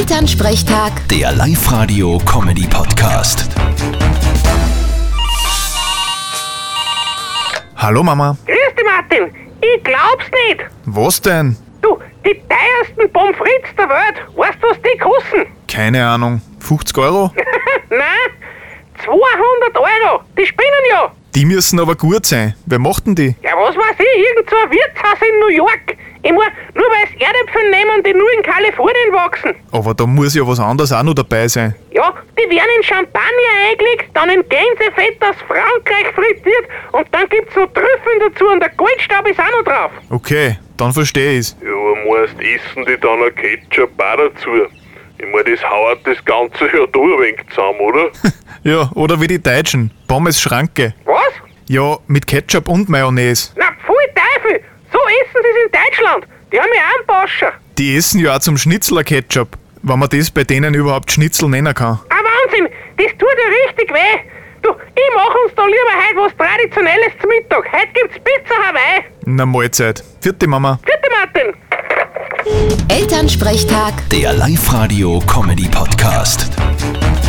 Elternsprechtag, Der Live-Radio-Comedy-Podcast. Hallo Mama. Grüß dich, Martin. Ich glaub's nicht. Was denn? Du, die teuersten Pommes frites der Welt, weißt du, was die kosten? Keine Ahnung. 50 Euro? Nein, 200 Euro. Die spinnen ja. Die müssen aber gut sein. Wer macht denn die? Ja, was weiß ich, irgend so ein Wirtshaus in New York. Ich mein, nur weil sie Erdäpfel nehmen, die nur in Kalifornien wachsen. Aber da muss ja was anderes auch noch dabei sein. Ja, die werden in Champagner eingelegt, dann in Gänsefett aus Frankreich frittiert und dann gibt's noch Trüffeln dazu und der Goldstaub ist auch noch drauf. Okay, dann verstehe ich's. Ja, aber meist essen die dann ein Ketchup auch dazu. Ich mein, das hauert das Ganze ja da ein wenig zusammen, oder? Ja, oder wie die Deutschen. Pommes Schranke. Was? Ja, mit Ketchup und Mayonnaise. Na, pfui Teufel! So essen sie's in Deutschland. Die haben ja auch einen Bauscher. Die essen ja auch zum Schnitzler Ketchup. Wenn man das bei denen überhaupt Schnitzel nennen kann. Ah, Wahnsinn! Das tut ja richtig weh! Du, ich mach uns da lieber heute was Traditionelles zum Mittag. Heute gibt's Pizza Hawaii. Na Mahlzeit. Vierte Mama. Vierte Martin! Elternsprechtag. Der Live-Radio-Comedy-Podcast.